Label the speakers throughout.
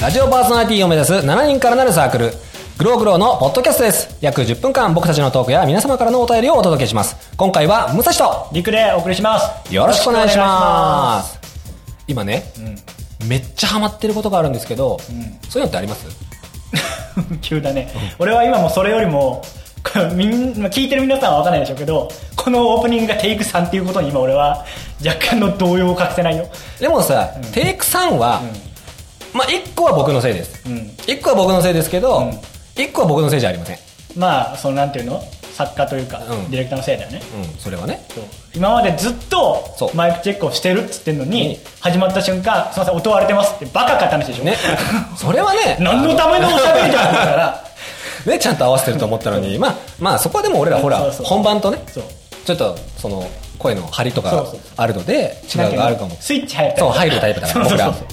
Speaker 1: パーソナリティを目指す7人からなるサークル、グローグローのポッドキャストです。約10分間僕たちのトークや皆様からのお便りをお届けします。今回は武蔵と
Speaker 2: 陸でお送りします
Speaker 1: よろしくお願いしますす。今ね、めっちゃハマってることがあるんですけど、そういうのってあります
Speaker 2: 急だね、俺は今もうそれよりもこれみんまあ聞いてる皆さんは分かんないでしょうけどこのオープニングがテイク3っていうことに今俺は若干の動揺を隠せないよ
Speaker 1: でもさ、テイク3は、まあ1個は僕のせいです。
Speaker 2: ん
Speaker 1: 1個は僕のせいですけど、
Speaker 2: うん
Speaker 1: 1個は僕のせいじゃありません。
Speaker 2: まあそのなんていうの作家というか、
Speaker 1: うん
Speaker 2: ディレクターのせいだよね
Speaker 1: うん、それはね。
Speaker 2: そう今までずっ
Speaker 1: そ
Speaker 2: と
Speaker 1: う
Speaker 2: マイクチェックをしてるっつってんのに、
Speaker 1: うん
Speaker 2: 始まった瞬間「すいません音割れてます」ってバカかって話でしょ、。
Speaker 1: ねそれはね、
Speaker 2: 何のためのおしゃべりじゃんだから
Speaker 1: ね、ちゃんと合わせてると思ったのに、まあ、まあ、そこはでも俺らほら、
Speaker 2: そうそう
Speaker 1: 本番とね、
Speaker 2: そう
Speaker 1: ちょっと、その、声の張りと
Speaker 2: そ
Speaker 1: か
Speaker 2: うそう
Speaker 1: あるので、違うのがあるかも。
Speaker 2: スイッチ入るタイプ
Speaker 1: そう、入るタイプだから、
Speaker 2: そう
Speaker 1: 僕
Speaker 2: そう
Speaker 1: ら
Speaker 2: そう。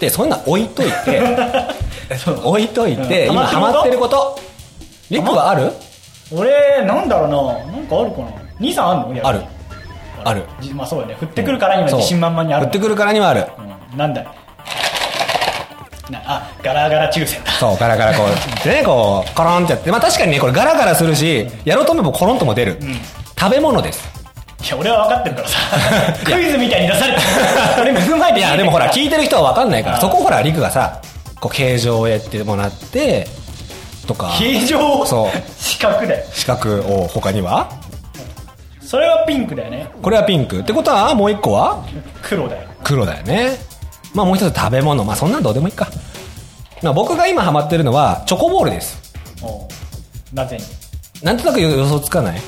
Speaker 1: で、そんな置いといて、
Speaker 2: そう
Speaker 1: 置いといて、
Speaker 2: うん
Speaker 1: 今ハマってること、リックはある
Speaker 2: 俺なんだろうななんかあるかな兄さんあんのやる
Speaker 1: ある。ある。
Speaker 2: じまあそうだね降ってくるからには
Speaker 1: そう
Speaker 2: 自信満々にある
Speaker 1: 振ってくるからにはある。
Speaker 2: うんなんだなあガラガラ抽選だ
Speaker 1: そう、ガラガラこう、 でね、こう、コロンってやって、まあ確かにね、これガラガラするし、やろうと思えばコロンとも出る。食べ物です。
Speaker 2: いや俺は分かってるからさ クイズみたいに出されて俺目の前で
Speaker 1: いや、でもほら、聞いてる人は分かんないか
Speaker 2: あ
Speaker 1: ら、
Speaker 2: ー
Speaker 1: そこをほら、リクがさ、こう、形状をやってもらって、とか、
Speaker 2: 形状
Speaker 1: そう
Speaker 2: 四角だよ
Speaker 1: 四角を他には
Speaker 2: それはピンクだよね
Speaker 1: これはピンク。ってことは、もう一個は
Speaker 2: 黒だよ
Speaker 1: 黒だよね。まあもう一つ食べ物。まあそんなんどうでもいいか。まあ僕が今ハマってるのは、チョコボールです。
Speaker 2: おうなぜに
Speaker 1: なんとなく予予想つかない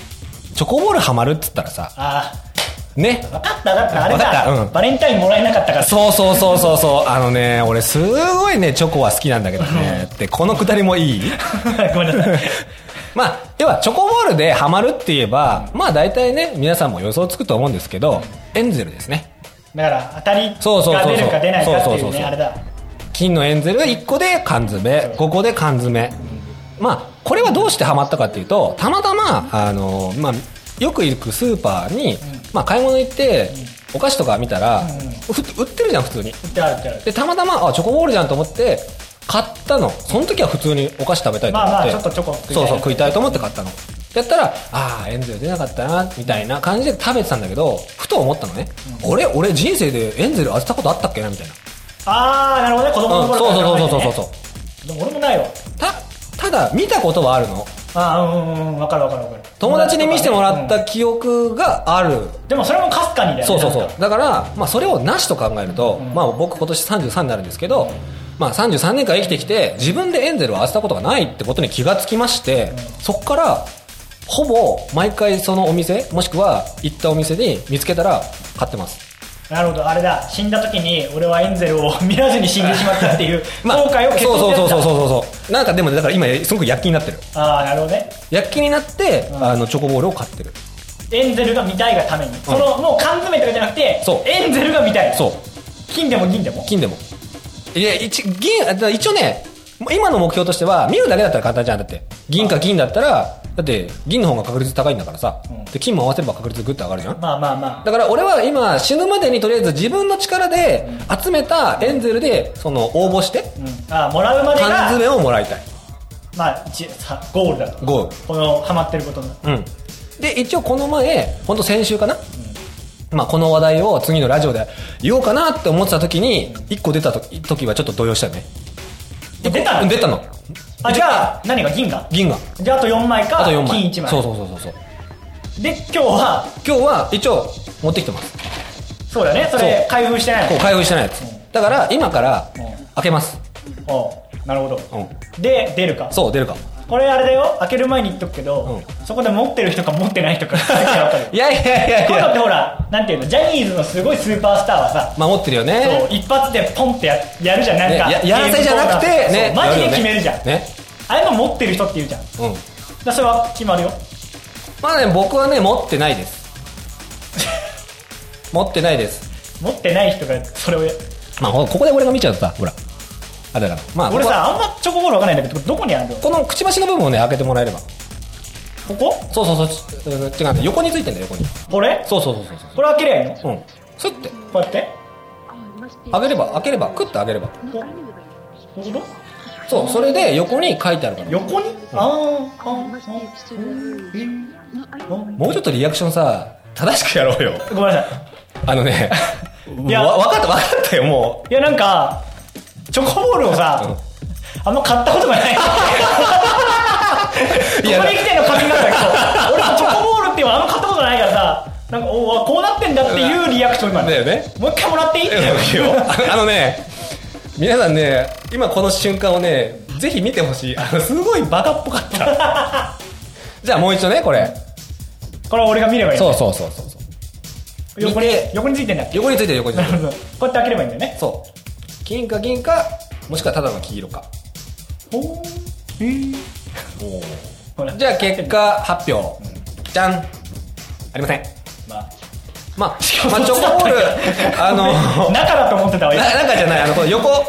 Speaker 1: チョコボールハマるっつったらさ、
Speaker 2: あ
Speaker 1: ね。
Speaker 2: あ分かった分かったあれ
Speaker 1: わかった
Speaker 2: だ、
Speaker 1: うん
Speaker 2: バレンタインもらえなかったから
Speaker 1: そうそうそうそうそう。あのね、俺すごいね、チョコは好きなんだけどね。って、このくだりもいい
Speaker 2: ごめんなさい
Speaker 1: まあ、では、チョコボールでハマるって言えば、まあ大体ね、皆さんも予想つくと思うんですけど、エンゼルですね。
Speaker 2: だから当たり
Speaker 1: そうそうそう
Speaker 2: が
Speaker 1: そう
Speaker 2: 出るか出ないかってい
Speaker 1: そううそうそう
Speaker 2: ね
Speaker 1: そう
Speaker 2: あれだ
Speaker 1: 金のエンゼル1個で缶詰、5個で缶詰。まあ、これはどうしてハマったかっていうと、たまたま、あの、まあ、よく行くスーパーに、まあ買い物行って、お菓子とか見たら、ふ売ってるじゃん、普通に。
Speaker 2: 売ってある売ってある
Speaker 1: で、たまたま、あ、チョコボールじゃんと思って、買ったの。その時は普通にお菓子食べたいと思って。
Speaker 2: まあまあちょっとチョコ食いたい
Speaker 1: そうそう、食いたいと思って買ったの。やったら、ああ、エンゼル出なかったな、みたいな感じで食べてたんだけど、ふと思ったのね。俺、俺人生でエンゼル当てたことあったっけな、みたいな。
Speaker 2: ああなるほどね子供
Speaker 1: う
Speaker 2: の
Speaker 1: ん、そう
Speaker 2: 頃から
Speaker 1: そうそうそうそう
Speaker 2: 考
Speaker 1: そう。
Speaker 2: えてねでも俺もないわ
Speaker 1: た、ただ、見たことはあるの。
Speaker 2: ああうんうんうん分かる分かる分かる
Speaker 1: 友達に見せてもらっ
Speaker 2: うん
Speaker 1: た記憶がある。
Speaker 2: でもそれもかすかにだよね
Speaker 1: そうそうそ
Speaker 2: なん
Speaker 1: う
Speaker 2: か。
Speaker 1: だから、まあ、それをなしと考えると、まあ、僕今年33になるんですけど、まあ、33年間生きてきて、自分でエンゼルを当てたことがないってことに気がつきまして、そこから、ほぼ、毎回そのお店、もしくは、行ったお店に見つけたら、買ってます。
Speaker 2: なるほどあれだ死んだ時に俺はエンゼルを見らずに死んでしまったっていう
Speaker 1: まあ、
Speaker 2: 後悔を決
Speaker 1: そうそうそうそう
Speaker 2: う
Speaker 1: そうそう。なんかでも、だから今、すごく躍起になってる。
Speaker 2: ああなるほどね
Speaker 1: 躍起になって、
Speaker 2: ん
Speaker 1: あの、チョコボールを買ってる。
Speaker 2: エンゼルが見たいがためにそのもう缶詰とかじゃなくて
Speaker 1: そう
Speaker 2: エンゼルが見たい
Speaker 1: そう。
Speaker 2: 金でも銀でも
Speaker 1: 金でも。いや、一、銀、あだから一応ね、今の目標としては、見るだけだったら簡単じゃん。だって、銀か金だったら、だって、銀の方が確率高いんだからさ、
Speaker 2: ん
Speaker 1: で、金も合わせれば確率グッと上がるじゃん。
Speaker 2: まあまあま
Speaker 1: だから俺は今、死ぬまでにとりあえず自分の力で集めたエンゼルで、その、応募して、
Speaker 2: あ、うん、ああもらうまで
Speaker 1: 缶
Speaker 2: が
Speaker 1: 詰をもらいたい。
Speaker 2: まあ一さゴールだと
Speaker 1: ゴール。
Speaker 2: このハマってることの
Speaker 1: うん。で、一応この前、ほんと先週かな、まあ、この話題を次のラジオで言おうかなって思ってた時に、一個出たと時はちょっと動揺したよね。
Speaker 2: 出
Speaker 1: うん
Speaker 2: たの
Speaker 1: 出たの。
Speaker 2: あじゃあ何が銀が
Speaker 1: 銀が。
Speaker 2: じゃああと4枚か
Speaker 1: あと4枚。
Speaker 2: 金1枚
Speaker 1: そうそうそうそうそう。
Speaker 2: で今日は
Speaker 1: 今日は一応持ってきてます。
Speaker 2: そうだねそ
Speaker 1: そ
Speaker 2: れ
Speaker 1: う
Speaker 2: 開封してない
Speaker 1: こう開封してないやつ。だから今から
Speaker 2: うん
Speaker 1: 開けます。
Speaker 2: おうなるほ
Speaker 1: う
Speaker 2: ど、
Speaker 1: ん。
Speaker 2: で出るか
Speaker 1: そう、出るか。
Speaker 2: これあれだよ開ける前に言っとくけど、
Speaker 1: う
Speaker 2: そこで持ってる人か持ってない人 かさっきから分かる
Speaker 1: いやいやいやい
Speaker 2: こういうのって
Speaker 1: や。
Speaker 2: ほらなんていうのジャニーズのすごいスーパースターはさ
Speaker 1: まあ持ってるよ
Speaker 2: そう
Speaker 1: ね。
Speaker 2: 一発でポンってややるじゃんなん
Speaker 1: ね
Speaker 2: か、
Speaker 1: ややらせじゃなくて
Speaker 2: ゲームコーナー、
Speaker 1: ね
Speaker 2: そ。うマジで
Speaker 1: やよね
Speaker 2: 決めるじゃん、
Speaker 1: ね。
Speaker 2: ああいうの持ってる人って言うじゃんだか
Speaker 1: うん。
Speaker 2: らそれは決まるよ
Speaker 1: まあね、僕はね、持ってない です。持ってないです。
Speaker 2: 持ってない人がそれをや
Speaker 1: まあほここで俺が見ちゃうとさ、ほら。あ、だから。まあ、
Speaker 2: 俺
Speaker 1: ここは
Speaker 2: さあんまチョコボール分かんないんだけどどこにあるの
Speaker 1: このくちばしの部分をね、開けてもらえれば。
Speaker 2: ここ
Speaker 1: そうそうそうち。うん違うんだ。横についてんだよ、横に。
Speaker 2: これ
Speaker 1: そうそうそうそうそ
Speaker 2: これ開けりゃいい
Speaker 1: う。
Speaker 2: の
Speaker 1: うん。スッて。
Speaker 2: こうやって
Speaker 1: 開け
Speaker 3: 開け
Speaker 1: れ
Speaker 3: れ
Speaker 1: ば
Speaker 3: ば
Speaker 1: 開
Speaker 3: 開
Speaker 1: け
Speaker 3: け
Speaker 1: れ
Speaker 3: れ
Speaker 1: ば
Speaker 3: ば
Speaker 1: ク
Speaker 3: ク
Speaker 1: ッ
Speaker 3: ッ
Speaker 1: と
Speaker 3: と
Speaker 1: 開
Speaker 3: 開
Speaker 1: けれ
Speaker 3: けれ
Speaker 1: ば
Speaker 3: ば
Speaker 2: そう
Speaker 1: そ
Speaker 2: いうこと
Speaker 1: うそれで横に書いてあるから
Speaker 2: 横に、ああああああ
Speaker 1: もうちょっとリアクションさ正しくやろうよ
Speaker 2: ごめんなさ
Speaker 1: あのね
Speaker 2: いや
Speaker 1: わ分かった分かったよも
Speaker 2: いいやなんかチョコボールをさ、
Speaker 1: うん
Speaker 2: あんま買ったことが ないこ
Speaker 1: う
Speaker 2: こに来ての感じなんだけ ど俺もチョコボールっていうのはあんま買ったことないからさなんかおおこうなってんだっていうリアクション今の
Speaker 1: だよね
Speaker 2: もう一回もらっていいって
Speaker 1: い
Speaker 2: いう
Speaker 1: やいやああのね皆さんね今この瞬間をねぜひ見てほしいあのすごいバカっぽかった じゃあもう一度ねこれ
Speaker 2: これは俺が見ればいい
Speaker 1: そうそうそう そうそう
Speaker 2: 横に
Speaker 1: 見て
Speaker 2: 横についてんだっけ
Speaker 1: 横についてる横につ
Speaker 2: ないる
Speaker 1: てる
Speaker 2: ほどこうやって開ければいいんだよね
Speaker 1: そう金か銀かもしくはただの黄色か
Speaker 2: ほーへーほら
Speaker 1: じゃあ結果発表じゃんありません
Speaker 2: まあ
Speaker 1: まあ、まあ、チョコ
Speaker 2: そっちだっ
Speaker 1: ボ
Speaker 2: た
Speaker 1: ー
Speaker 2: ん
Speaker 1: ルあ の
Speaker 2: 中だと思ってたわ今
Speaker 1: ななんかじゃないあのこう横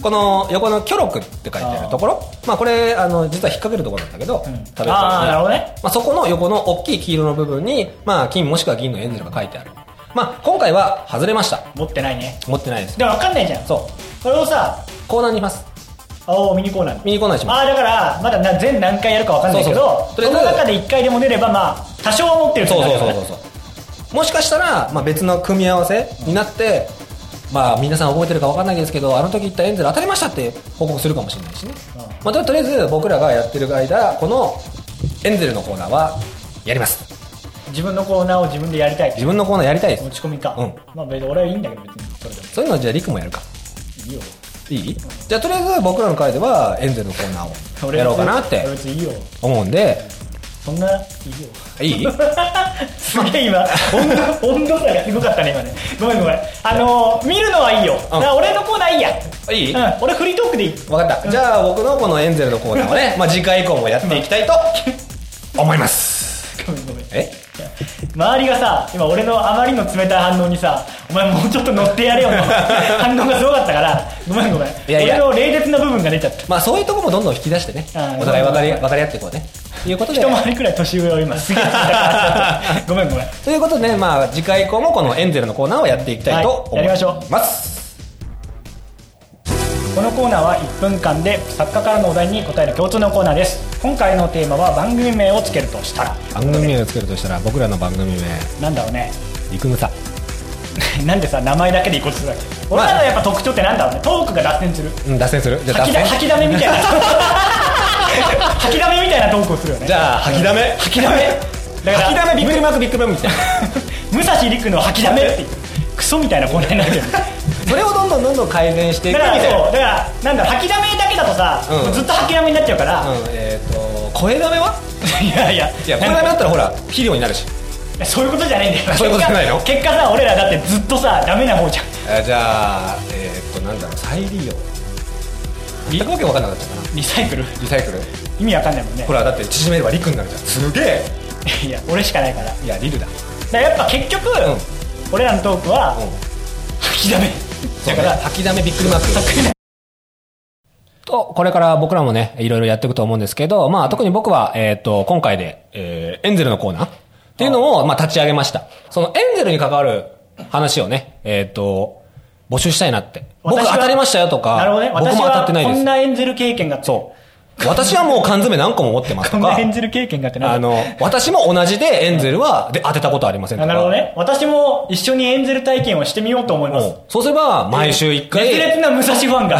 Speaker 1: この横の「キョロク」って書いてあるところまあこれあの実は引っ掛けるところなんだけど、
Speaker 2: うん
Speaker 1: 食べちゃう
Speaker 2: ああなるほどね
Speaker 1: まあ、そこの横の大きい黄色の部分に、まあ、金もしくは銀のエンゼルが書いてある、まあ、今回は外れました
Speaker 2: 持ってないね
Speaker 1: 持ってないです
Speaker 2: でも分かんないじゃん
Speaker 1: そう
Speaker 2: これをさ
Speaker 1: コーナーにいます
Speaker 2: おおミニコーナー
Speaker 1: ミニコーナーにします
Speaker 2: ああだからまだな全何回やるか分かんないけ
Speaker 1: そ
Speaker 2: ど
Speaker 1: うそうそうとりあえ
Speaker 2: こ
Speaker 1: ず
Speaker 2: の中で1回でも出ればまあ多少は持ってる
Speaker 1: そうそうそう
Speaker 2: そ
Speaker 1: そううそうもしかしたら、まあ、別の組み合わせになって、まあ、皆さん覚えてるか分かんないですけどあの時言ったエンゼル当たりましたって報告するかもしれないしね、
Speaker 2: うん
Speaker 1: まあ、ととりあえず僕らがやってる間このエンゼルのコーナーはやります
Speaker 2: 自分のコーナーを自分でやりたい
Speaker 1: 自分のコーナーやりたいです
Speaker 2: 持ち込みか、
Speaker 1: うん
Speaker 2: まあ別に俺はいいんだけど別にそれでも
Speaker 1: そういうのはじゃありくもやるか
Speaker 2: いいよ
Speaker 1: いいじゃあとりあえず僕らの回ではエンゼルのコーナーを
Speaker 2: 俺
Speaker 1: や
Speaker 2: は
Speaker 1: ろうかなって
Speaker 2: 俺別にいいよ
Speaker 1: 思うんで
Speaker 2: そんないいよ
Speaker 1: いい
Speaker 2: すげえ今温 度温度差がすごかったね今ねごめんごめんあのー、見るのはいいよ、だから俺のコーナーいいや
Speaker 1: いい
Speaker 2: うん、俺フリートークでいい
Speaker 1: 分かったじゃあ僕のこのエンゼルのコーナーをね、まあ、次回以降もやっていきたいと思います
Speaker 2: ごめんごめん
Speaker 1: え
Speaker 2: 周りがさ今俺のあまりの冷たい反応にさお前もうちょっと乗ってや れよの反応がすごかったからごめんごめん
Speaker 1: いやいや
Speaker 2: 俺の冷徹な部分が出ちゃった
Speaker 1: まあそういうとこもどんどん引き出してね
Speaker 2: あー
Speaker 1: お互い分かり
Speaker 2: そうそう
Speaker 1: 分かり合っていこうねということで
Speaker 2: 一回りくらい年上 を今すげえ冷たかったごめんごめん
Speaker 1: ということでね、まあ、次回以降もこのエンゼルのコーナーをやっていきたいと思
Speaker 2: はいや
Speaker 1: い
Speaker 2: り
Speaker 1: ま、
Speaker 2: ますしょうこのコーナーは1分間で作家からのお題に答える共通のコーナーです今回のテーマは番組名をつけるとしたら
Speaker 1: 番組名をつけるとしたら僕らの番組名
Speaker 2: なんだろうね
Speaker 1: リクムサ
Speaker 2: なんでさ名前だけでいこうとするわけ俺らのやっぱ特徴ってなんだろうねトークが脱線する
Speaker 1: うん脱線するじゃあ
Speaker 2: 吐き
Speaker 1: 脱
Speaker 2: だ
Speaker 1: 線
Speaker 2: 吐きだめみた いな吐きだめみたいなトークをするよね
Speaker 1: じゃあ吐きだめ
Speaker 2: 吐きだめだから
Speaker 1: 吐きだめビックリマークビックリマークみたいな
Speaker 2: 武蔵陸の吐きだめっていうクソみたいなコーナーにな ってる
Speaker 1: それをどんどんどんどん改善していく
Speaker 2: だ
Speaker 1: み
Speaker 2: か
Speaker 1: た
Speaker 2: ら
Speaker 1: い
Speaker 2: そ
Speaker 1: な
Speaker 2: うだからなんだろう吐きだめだけだとさ、
Speaker 1: うん
Speaker 2: もうずっと吐きだめになっちゃうから、
Speaker 1: うんえっ、と声だめはい
Speaker 2: やいや
Speaker 1: いや声だめだったらほら肥料になるし
Speaker 2: そういうことじゃないんだよ
Speaker 1: そういうことじゃないの
Speaker 2: 結果結果さ俺らだってずっとさダメな方じゃん
Speaker 1: あじゃあえっ、となんだろう再利用全くわけわかんなくなっちゃったな
Speaker 2: リサイクル
Speaker 1: リサイクル
Speaker 2: 意味わかんないもんね
Speaker 1: ほらだって縮めればリクになるじゃんすげえ
Speaker 2: いや俺しかないからだか
Speaker 1: いやリルだ
Speaker 2: らやっぱ結局、俺らのトークは、
Speaker 1: うん
Speaker 2: 吐きだめ
Speaker 1: だ
Speaker 2: だ
Speaker 1: か
Speaker 2: からら
Speaker 1: 吐きだめビックリマークと、これから僕らもね、いろいろやっていくと思うんですけど、まあ特に僕は、えっ、と、今回で、えーエンゼルのコーナーっていうのを、まあ立ち上げました。そのエンゼルに関わる話をね、えっ、と、募集したいなって。僕
Speaker 2: 私は
Speaker 1: 当たりましたよとか、
Speaker 2: なるほどね
Speaker 1: 僕も
Speaker 2: 私
Speaker 1: 当た
Speaker 2: は
Speaker 1: ってない
Speaker 2: こん
Speaker 1: です。
Speaker 2: な演じる経験があって
Speaker 1: そう。私はもう缶詰何個も持ってます
Speaker 2: ことんな
Speaker 1: か、
Speaker 2: 演じる経験があってなんだ
Speaker 1: あの、私も同じでエンゼルはで当てたことありませんと
Speaker 2: あ
Speaker 1: か。
Speaker 2: なるほどね私も一緒にエンゼル体験をしてみようと思いま
Speaker 1: うん
Speaker 2: す
Speaker 1: そうすれば、毎週一回。
Speaker 2: 熱烈な武蔵ファン が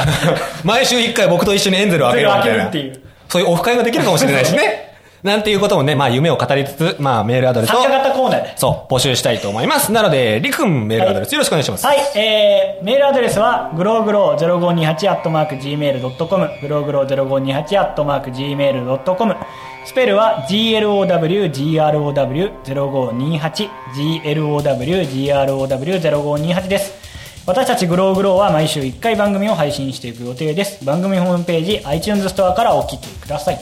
Speaker 1: 毎週一回僕と一緒にエンゼルを開けようみたい
Speaker 2: エン
Speaker 1: な
Speaker 2: ゼルを開けるってい。
Speaker 1: そういうオフ会ができるかもしれないし ね。なんていうこともね、まあ夢を語りつつ、まあメールアドレスを
Speaker 2: 参、加型コーナーで
Speaker 1: そう、募集したいと思います。なので、りくんメールアドレスよろしくお願いします。
Speaker 2: はい、えー、メールアドレスはグローグロー0528 gmail.com グローグロー0528 gmail.com スペルは glowgrow0528glowgrow0528 です私たちグローグローは毎週1回番組を配信していく予定です番組ホームページ iTunes ストアからお聞きください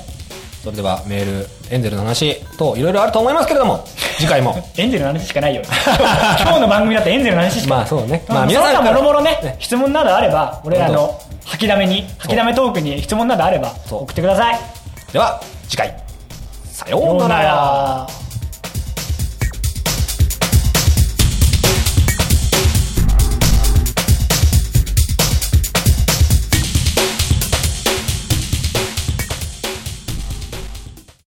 Speaker 1: それではメール、エンゼルの話といろいろあると思いますけれども、次回も。
Speaker 2: エンゼルの話しかないよ今日の番組だってエンゼルの話しか
Speaker 1: まあそうね。ま
Speaker 2: ま
Speaker 1: あ
Speaker 2: あ、皆
Speaker 1: 皆
Speaker 2: さん
Speaker 1: さん
Speaker 2: もろもろ
Speaker 1: ね
Speaker 2: ね、質問などあれば、俺ら
Speaker 1: ど
Speaker 2: の吐きだめに、吐きだめトークに質問などあれば、
Speaker 1: そう
Speaker 2: 送ってください。
Speaker 1: では、次回。さよ
Speaker 2: よ
Speaker 1: う
Speaker 2: う
Speaker 1: な
Speaker 2: な
Speaker 1: ら。
Speaker 2: ら。